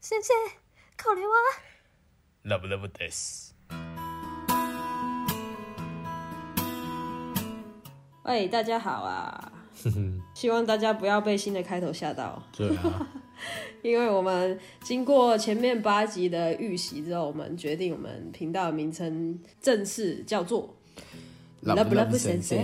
先生、考虑は love love this。喂，哎大家好 啊！希望大家不要被新的开头吓到，对 啊，因为我们经过前面八集的预习之后，我们决定我们频道的名称正式叫做 Love Love 先生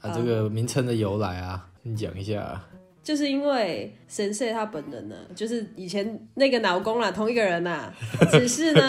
啊，这个名称的由来啊，你讲一下。就是因为神社他本人呢，就是以前那个老公啦，同一个人啦。只是呢，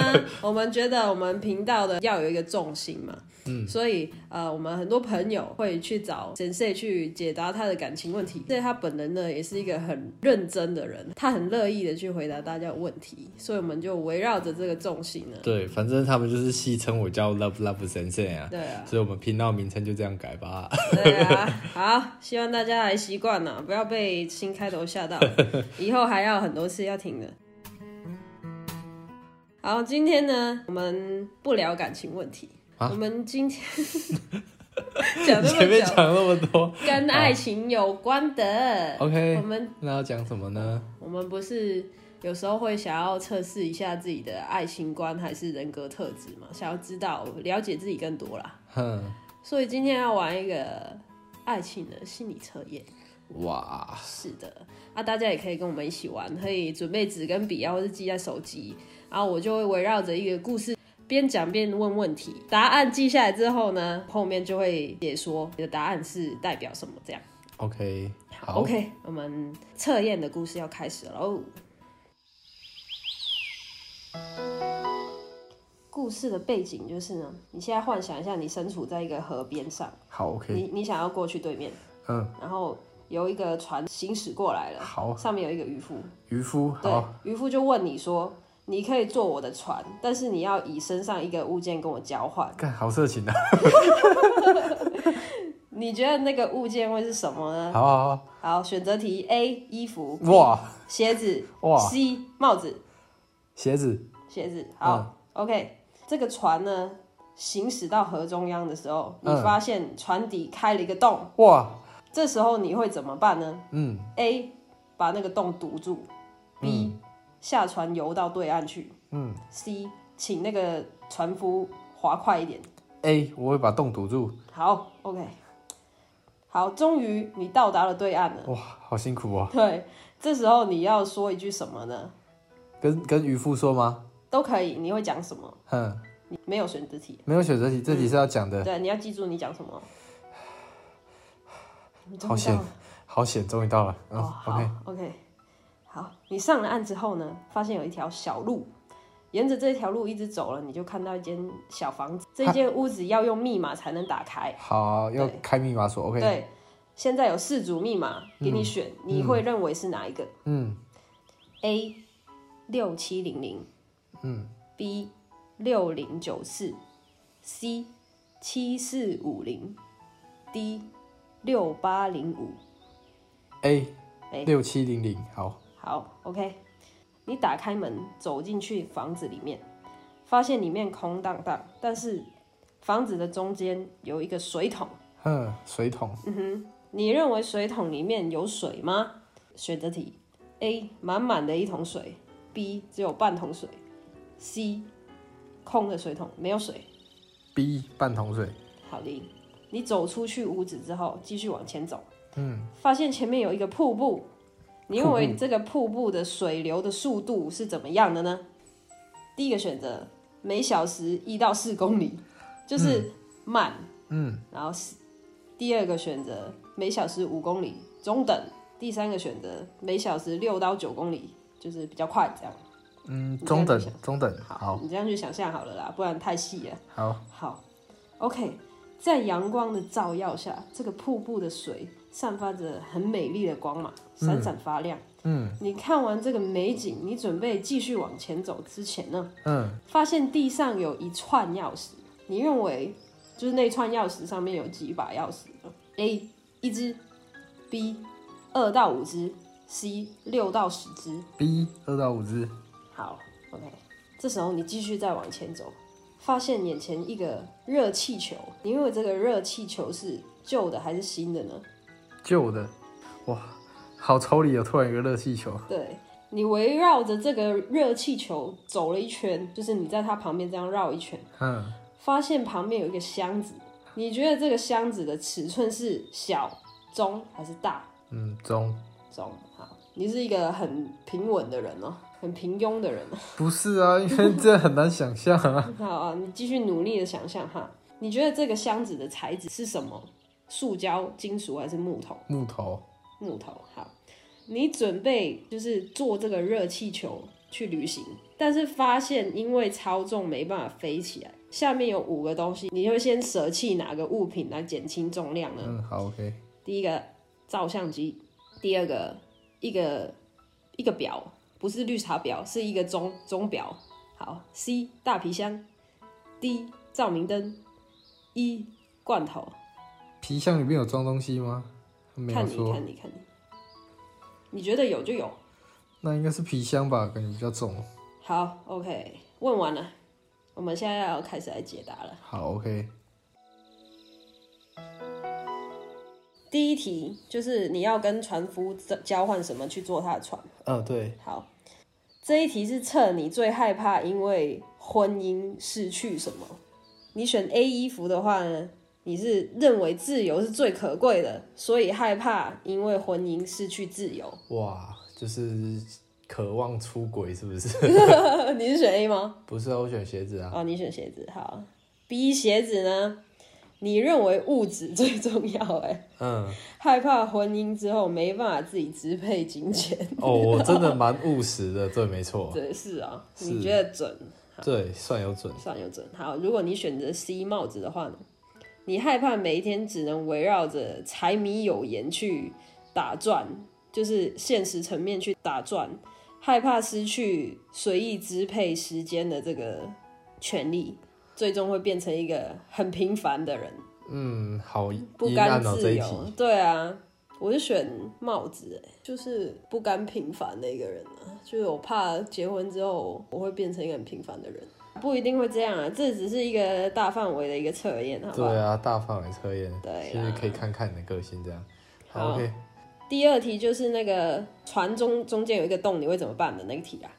我们觉得我们频道的要有一个重心嘛，嗯，所以呃，我们很多朋友会去找神社去解答他的感情问题。所以他本人呢，也是一个很认真的人，他很乐意的去回答大家的问题，所以我们就围绕着这个重心呢，对，反正他们就是戏称我叫 love love 神圣啊，对啊，所以我们频道名称就这样改吧。 对啊，好，希望大家还习惯了，不要被新开头吓 到，以后还要很多次要听的。好，今天呢，我们不聊感情问题，啊我们今 天讲这你前面么讲久，那么多跟爱情有关的。我，OK，们那要讲什么呢？我们不是有时候会想要测试一下自己的爱情观还是人格特质嘛，想要知道了解自己更多啦。哼，所以今天要玩一个爱情的心理测验。哇，是的，啊，大家也可以跟我们一起玩，可以准备纸跟笔啊，或是记在手机。然后我就会围绕着一个故事边讲边问问题，答案记下来之后呢，后面就会解说你的答案是代表什么这样。 OK，好 OK，我们测验的故事要开始哦喽。故事的背景就是呢，你现在幻想一下，你身处在一个河边上，好 OK，你你想要过去对面，嗯，然后有一个船行驶过来了，好，上面有一个渔夫，渔夫，对好，，渔夫就问你说，你可以坐我的船，但是你要以身上一个物件跟我交换。干好色情啊，你觉得那个物件会是什么呢？好好好，好，选择题 A 衣服，哇，鞋子，哇，C 帽子，鞋子，鞋嗯子。好、o k 这个船呢行驶到河中央的时候，你嗯发现船底开了一个洞，哇，这时候你会怎么办呢嗯， ？A 把那个洞堵住，B、下船游到对岸去，嗯，C 请那个船夫划快一点。 ，A，我会把洞堵住，好，OK，好，终于你到达了对岸了。 哇，好辛苦哦，对，这时候你要说一句什么呢？跟跟渔夫说吗？都可以，你会讲什么？哼，你没有选择题，没有选择题，这题是要讲的，对，你要记住你讲什么。你终于好险到了好险，终于到了，嗯哦，好，OK， ，OK，好，你上了岸之后呢，发现有一条小路，沿着这条路一直走了，你就看到一间小房子，这一间屋子要用密码才能打开。好，要对开密码锁，OK，对，现在有四组密码给你选，你会认为是哪一个？嗯 A 六七零零，嗯，B 六零九四，C 七四五零，D 六八零五。 ，A， A 六七零零，好，好，OK，你打开门走进去房子里面，发现里面空荡荡，但是房子的中间有一个水桶。哼，水桶，嗯你认为水桶里面有水吗？选择题：A 满满的一桶水，B 只有半桶水，C 空的水桶没有水。 B 半桶水，好的，你走出去屋子之后，继续往前走，嗯，发现前面有一个瀑布，你认为这个瀑布的水流的速度是怎么样的呢？第一个选择每小时一到四公里，就是慢，嗯，然后是第二个选择每小时五公里，中等；第三个选择每小时六到九公里，就是比较快这样。嗯，你中这样等就行，中等，好，你这样去想象好了啦，不然太细了。好，好，OK，在阳光的照耀下，这个瀑布的水散发着很美丽的光芒，闪闪发亮。嗯，你看完这个美景，你准备继续往前走之前呢，嗯，发现地上有一串钥匙，你认为就是那串钥匙上面有几把钥匙呢？A 一只，B 二到五只，C 六到十只。 B 二到五只，好，OK。这时候你继续再往前走，发现眼前一个热气球。你认为这个热气球是旧的还是新的呢？旧的，哇，好抽离哦，突然有个热气球，对你围绕着这个热气球走了一圈，就是你在它旁边这样绕一圈，嗯，发现旁边有一个箱子，你觉得这个箱子的尺寸是小、中还是大？嗯，中中好，你是一个很平稳的人哦、很平庸的人。哦不是啊，因 为这很难想象啊，好啊，你继续努力的想象哈，你觉得这个箱子的材质是什么？塑胶、金属还是木头？木头，木头。好，你准备就是坐这个热气球去旅行，但是发现因为超重没办法飞起来，下面有五个东西，你会先舍弃哪个物品来减轻重量呢？嗯，好，OK，第一个照相机，第二个一个一个表，不是绿茶婊，是一个钟钟表。好，C 大皮箱，D 照明灯，E 罐头。皮箱里面有装东西吗？没看有你说，看你看你，你觉得有就有。那应该是皮箱吧，感觉比较重。好，OK，问完了，我们现在要开始来解答了。好，OK，第一题就是你要跟船夫交换什么去坐他的船。嗯，对，好，这一题是测你最害怕因为婚姻失去什么。你选 A 衣服的话呢，你是认为自由是最可贵的，所以害怕因为婚姻失去自由。 哇，就是渴望出轨是 不是？你是选 A 吗？不是啊，我选鞋子啊，哦，你选鞋子。好，B 鞋子呢？你认为物质最重要、欸，嗯，害怕婚姻之后没办法自己支配金钱。 哦，我真的蛮务实的，对，没错，对，是啊，是你觉得准？对，算有准，算有准。好，如果你选择 C 帽子的话呢，你害怕每一天只能围绕着柴米油盐去打转，就是现实层面去打转，害怕失去随意支配时间的这个权利，最终会变成一个很平凡的人，嗯，好不阴甘暗哦这自一由题，。对啊。我是选帽子、欸，就是不甘平凡的一个人啊，就是我怕结婚之后我会变成一个很平凡的人。不一定会这样啊，这只是一个大范围的一个测验，好不好？对啊，大范围测验，对其实啦可以看看你的个性这样。好好，OK，第二题就是那个船中中间有一个洞，你会怎么办的那个题啊？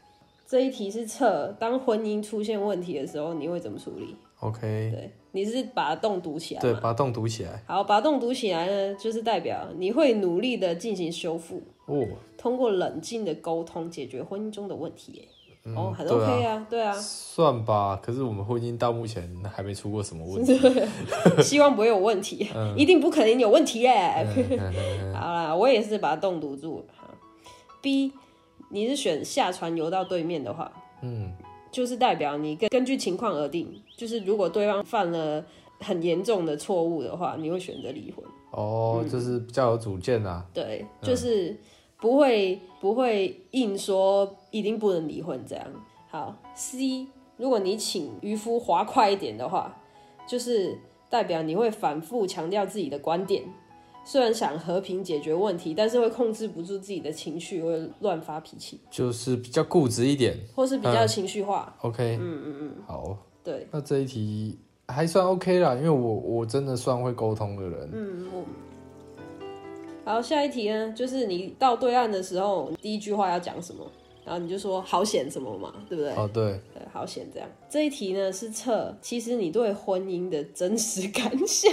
这一题是测当婚姻出现问题的时候，你会怎么处理？ OK，对，啊你是把洞堵起来对，嘛？把洞堵起来。好，把洞堵起来呢，就是代表你会努力的进行修复，哦，通过冷静的沟通解决婚姻中的问题耶。嗯哦，很对 OK 啊，啊，对啊， 算吧。可是我们婚姻到目前还没出过什么问题。希望不会有问题，一定不可能有问题耶。嗯好啦，我也是把洞堵住了。好 B，你是选下船游到对面的话，嗯，就是代表你根根据情况而定，就是如果对方犯了很严重的错误的话，你会选择离婚。哦，就是比较有主见啊啦。对，就是不会不会硬说一定不能离婚这样。好，C，如果你请渔夫划快一点的话，就是代表你会反复强调自己的观点。虽然想和平解决问题，但是会控制不住自己的情绪，会乱发脾气，就是比较固执一点。或是比较情绪化。 OK，嗯嗯嗯，好，对，那这一题还算 OK 啦，因为我我真的算会沟通的人。嗯，我。好，下一题呢，就是你到对岸的时候，第一句话要讲什么？然后你就说好险什么嘛，对不对？哦，对，对，好险这样。这一题呢是测其实你对婚姻的真实感想，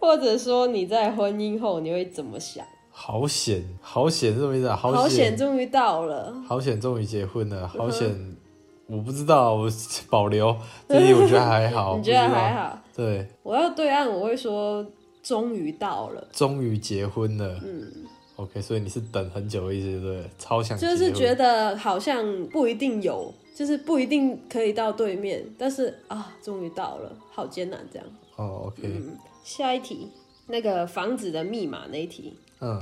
或者说你在婚姻后你会怎么想？好险，好险，是什么意思啊？好险嗯险，终于到了，好险，终于结婚了，好险。我不知道，我 保留这里，我觉得还好。哦你觉得不知道还？好？对，我要对岸，我会说终于到了，终于结婚了。嗯，OK，所以你是等很久的意思，对不对？超想结就婚是觉得好像不一定有，就是不一定可以到对面，但是啊，终于到了，好艰难这样。哦，OK，嗯下一题，那个房子的密码那一题，嗯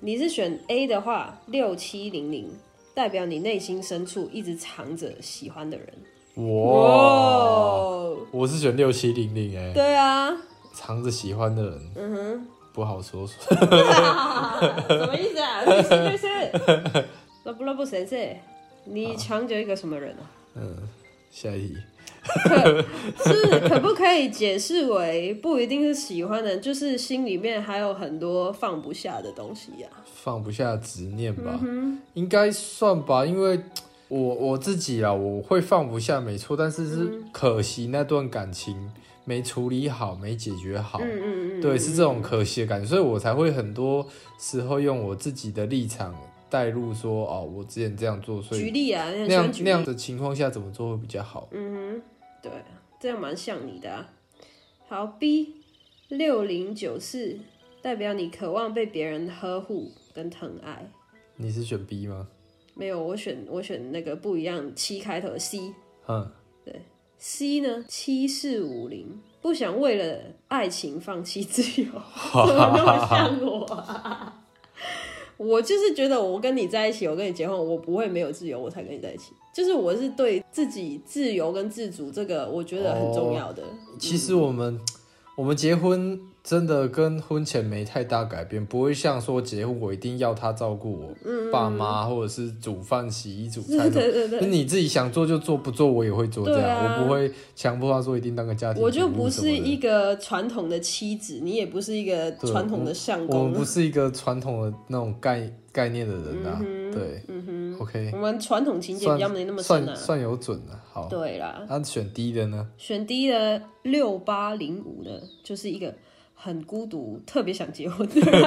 你是选 A 的话，六七零零代表你内心深处一直藏着喜欢的人。哇，哦，我是选六七零零哎，对啊，藏着喜欢的人，嗯哼，不好说， 什么意思啊？律师 律师，罗布罗布谁谁？你藏着一个什么人啊？嗯，下一题，是可不可以解释为不一定是喜欢的，就是心里面还有很多放不下的东西啊呀、放不下执念嗯吧，应该算吧，因为我我自己啊，我会放不下，没错，但是嗯是可惜那段感情没处理好，没解决好，嗯嗯嗯，对，是这种可惜的感觉，所以我才会很多时候用我自己的立场带入说，哦，我之前这样做，所举以例啊，很那喜欢样举那例样的情况下怎么做会比较好？嗯哼，对，这样蛮像你的、啊。好，B 六零九四代表你渴望被别人呵护跟疼爱。你是选 B 吗？没有，我选我选那个不一样七开头的 C。嗯， C 呢，七四五零，不想为了爱情放弃自 由，怎么那么像我、啊？我就是觉得我跟你在一起，我跟你结婚，我不会没有自由，我才跟你在一起。就是我是对自己自由跟自主这个，我觉得很重要的。哦其嗯实我们、我们结婚真的跟婚前没太大改变，不会像说结婚我一定要他照顾我、爸妈，或者是煮饭、洗 衣、煮菜。嗯对对对就你自己想做就做，不做我也会做这对样，啊我不会强迫他说一定当个家庭我就主妇不什么是的一个传统的妻子，你也不是一个对传统的相我公们。不是一个传统的那种概概念的人嗯啊，对、o k 我们传统情节嗯比较没那么深算啊。算有准了、好，对啦，那、选 D 的 呢？选 D 的六八零五呢，就是一个很孤独，特别想结婚的 人。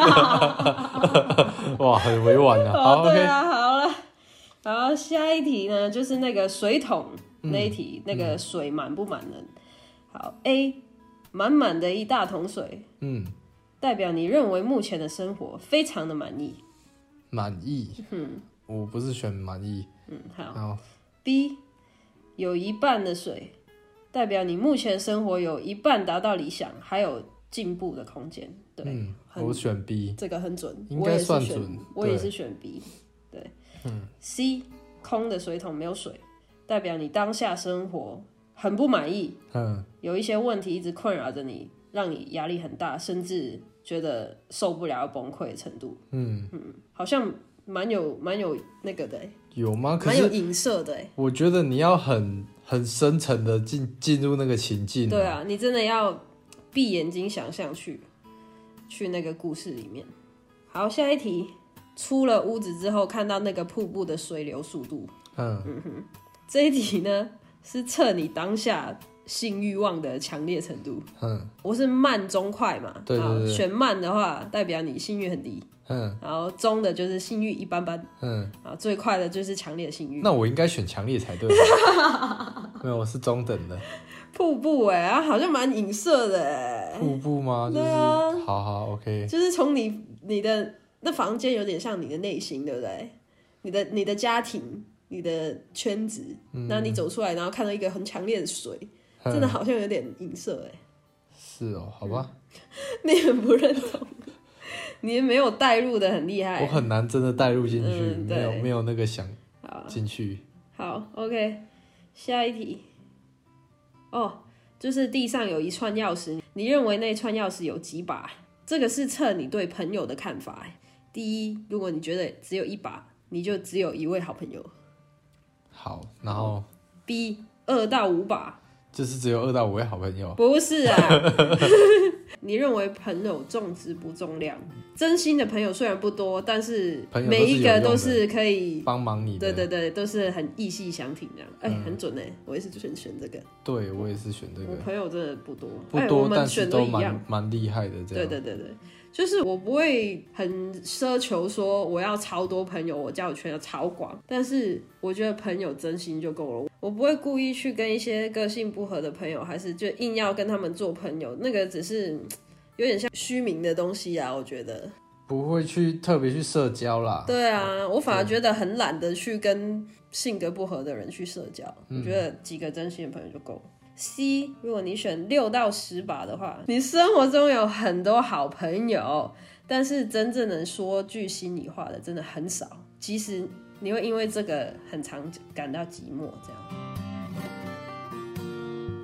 哇，很委婉 啊。好对，OK，啊，好了，然后下一题呢，就是那个水桶那一嗯题，那个水满不满呢？好，A 满满的一大桶水，嗯，代表你认为目前的生活非常的满意。满意。我不是选满意，嗯，好。然后 B 有一半的水，代表你目前生活有一半达到理想，还有进步的空间。对，嗯，很我选 B，这个很准，应我该也是算选准我也对嗯是选 B。对，c 空的水桶没有水，代表你当下生活很不满意，嗯，有一些问题一直困扰着你，让你压力很大，甚至觉得受不了要崩溃的程度。嗯嗯，好像蛮有蛮有那个的欸，有吗？哦可蛮有是影射的欸。我觉得你要很很深层的进进入那个情境、对，啊，你真的要闭眼睛想象去，去那个故事里面。好，下一题，出了屋子之后，看到那个瀑布的水流速度，嗯，这一题呢是测你当下性欲望的强烈程度。嗯，我是慢中快嘛，对对好对选慢的话代表你性欲很低，嗯，然后中的就是性欲一般般，嗯，啊，最快的就是强烈性欲。那我应该选强烈才对。没有，我是中等的。瀑布哎、啊，好像蛮影射的哎、瀑布吗？就是，对啊好好，OK，就是从你你的那房间有点像你的内心，对不对？你的你的家庭，你的圈子，嗯那、你走出来，然后看到一个很强烈的水，真的好像有点影射哎，是哦，好吧， 你很不认同， 你没有带入的很厉我害。很难真的带入进去，哎嗯没有对没有那个想好进去，好，OK，下一题。哦，就是地上有一串钥匙，你认为那串钥匙有几把？这个是测你对朋友的看法欸。第一，如果你觉得只有一把，你就只有一位好朋友。好，然后 B 二到五把，就是只有二到五位好朋友，不是啊？ 你认为朋友重质不重量？真心的朋友虽然不多，但是朋友都是每一个有用的都是可以，帮忙你对对的，对，都是很意气相挺这样。哎、很准哎、我也是选选这个，对我也是选这我个，朋友真的不多，不哎多，我们但是选都一样蛮。蛮厉害的这对样，对对对，就是我不会很奢求说我要超多朋友，我交友圈要超广，但是我觉得朋友真心就够了。我不会故意去跟一些个性不合的朋友，还是就硬要跟他们做朋友，那个只是嗯有点像虚名的东西啊。我觉得，不会去特别去社交啦，对啊，我反而觉得很懒得去跟性格不合的人去社交，我觉得几个真心的朋友就够了。C，如果你选六到十把的话，你生活中有很多好朋友，但是真正能说句心里话的真的很少。其实你会因为这个很常感到寂寞。这样，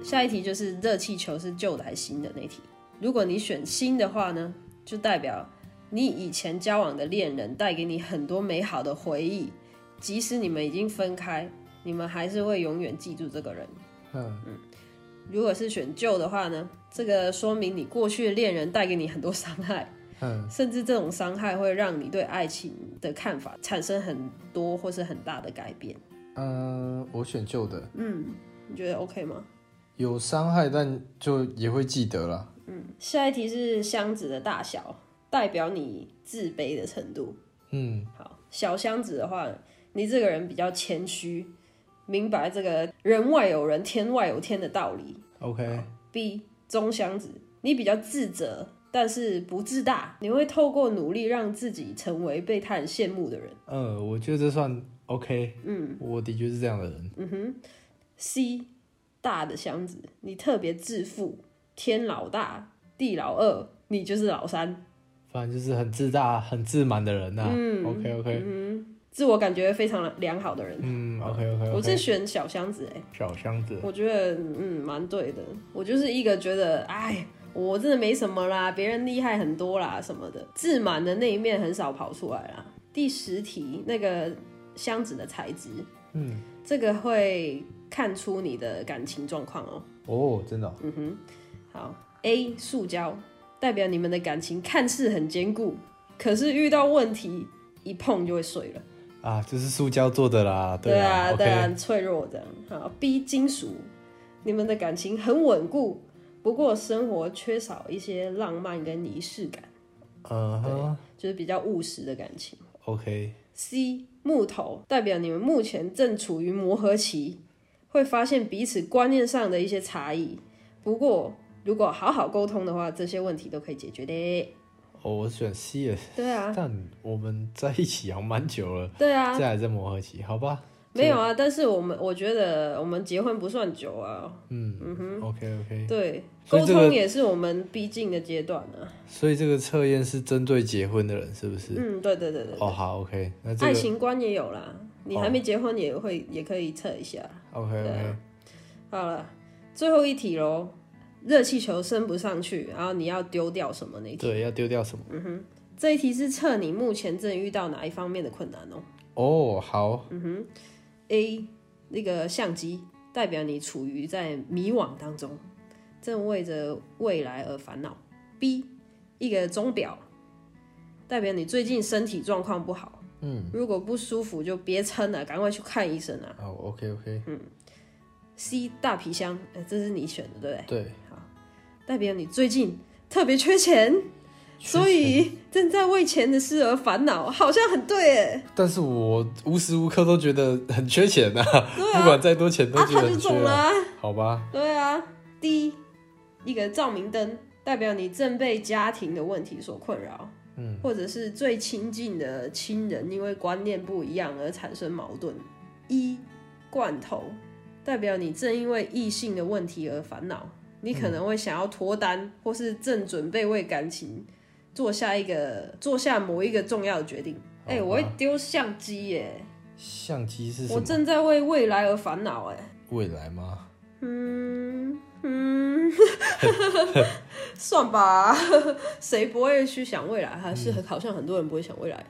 下一题就是热气球是旧的还是新的那题。如果你选新的话呢，就代表你以前交往的恋人带给你很多美好的回忆，即使你们已经分开，你们还是会永远记住这个人。嗯，如果是选旧的话呢，这个说明你过去的恋人带给你很多伤害，嗯，甚至这种伤害会让你对爱情的看法产生很多或是很大的改变。嗯嗯，我选旧的，你觉得 OK 吗？有伤害但就也会记得啦。下一题是箱子的大小，代表你自卑的程度。嗯，好，小箱子的话，你这个人比较谦虚，明白这个人外有人，天外有天的道理。 OK， B 中箱子，你比较自责，但是不自大，你会透过努力让自己成为被他人羡慕的人。嗯，我觉得这算 OK。嗯，我的确是这样的人。嗯 C 大的箱子，你特别自负，天老大，地老二，你就是老三，反正就是很自大、很自满的人呐、OK 嗯 OK，自我感觉非常良好的人。嗯，OK OK 我 OK。是选小箱子哎、小箱子，我觉得嗯蛮对的。我就是一个觉得哎，我真的没什么啦，别人厉害很多啦什么的，自满的那一面很少跑出来啦。第十题那个箱子的材质，嗯，这个会看出你的感情状况哦。哦，真的哦、嗯哼，好，A 塑胶代表你们的感情看似很坚固，可是遇到问题一碰就会碎了。啊，就是塑胶做的啦，对啊啊，对啊， ，OK，很脆弱这样。好，B 金属，你们的感情很稳固，不过生活缺少一些浪漫跟仪式感，嗯哼就是比较务实的感情。 ，OK， C 木头代表你们目前正处于磨合期，会发现彼此观念上的一些差异。不过如果好好沟通的话，这些问题都可以解决的。哦，我选 C 耶，对啊，但我们在一起好像蛮久了，对啊这，还在磨合期，好吧？没有啊。但是我们我觉得我们结婚不算久啊，嗯，OK OK，对，所以沟这个通也是我们必经的阶段啊。所以这个测验是针对结婚的人，是不是？嗯，对对对对，哦，好，OK，那这爱个情观也有啦，你还没结婚也会、也可以测一下。 OK OK，好了，最后一题喽，热气球升不上去，然后你要丢掉什么那一题？对，要丢掉什么？这一题是测你目前正遇到哪一方面的困难哦、哦，好， A 那个相机代表你处于在迷惘当中，正为着未来而烦恼。B 一个钟表代表你最近身体状况不好，嗯，如果不舒服就别撑了，赶快去看医生啊。哦，OK OK， C 大皮箱，呃这是你选的对不对？对，代表你最近特别缺钱，所以正在为钱的事而烦恼，好像很对哎。但是我无时无刻都觉得很缺钱呐、不管再多钱都啊，觉得他很就缺、中了、啊。好吧？对啊，D 一个照明灯代表你正被家庭的问题所困扰，嗯，或者是最亲近的亲人因为观念不一样而产生矛盾。E 罐头代表你正因为异性的问题而烦恼，你可能会想要脱单，或是正准备为感情做下一个做下某一个重要的决定。哎、好吧我会丢相机耶、相机是什我么？正在为未来而烦恼哎。未来吗？嗯嗯，算吧， 谁不会去想未来？还是好像很多人不会想未来。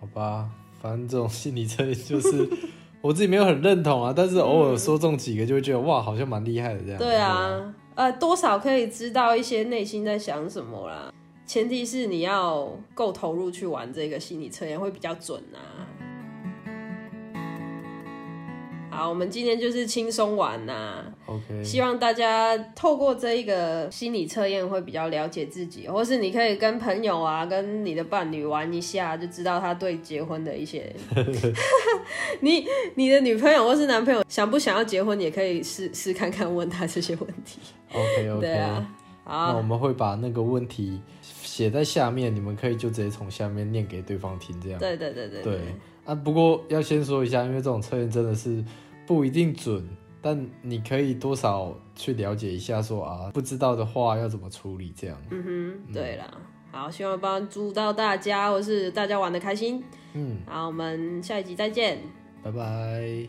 好吧，反正这种心理测验就是 我自己没有很认同啊，但是偶尔说中几个就会觉得哇，好像蛮厉害的这样。嗯对，啊，呃，多少可以知道一些内心在想什么啦。前提是你要够投入去玩这个心理测验，会比较准啊。好，我们今天就是轻松玩啊呐、 OK，希望大家透过这一个心理测验会比较了解自己，或是你可以跟朋友啊、跟你的伴侣玩一下，就知道他对结婚的一 些。 你你的女朋友或是男朋友想不想要结婚，也可以试试看看，问他这些问题。 OK OK，对啊，那我好，们会把那个问题写在下面，你们可以就直接从下面念给对方听，这样。对对对对对啊，不过要先说一下，因为这种测验真的是不一定准，但你可以多少去了解一下说啊，不知道的话要怎么处理这样。嗯哼，对啦。好，希望帮助到大家，或是大家玩的开心。嗯，好，我们下一集再见。拜拜。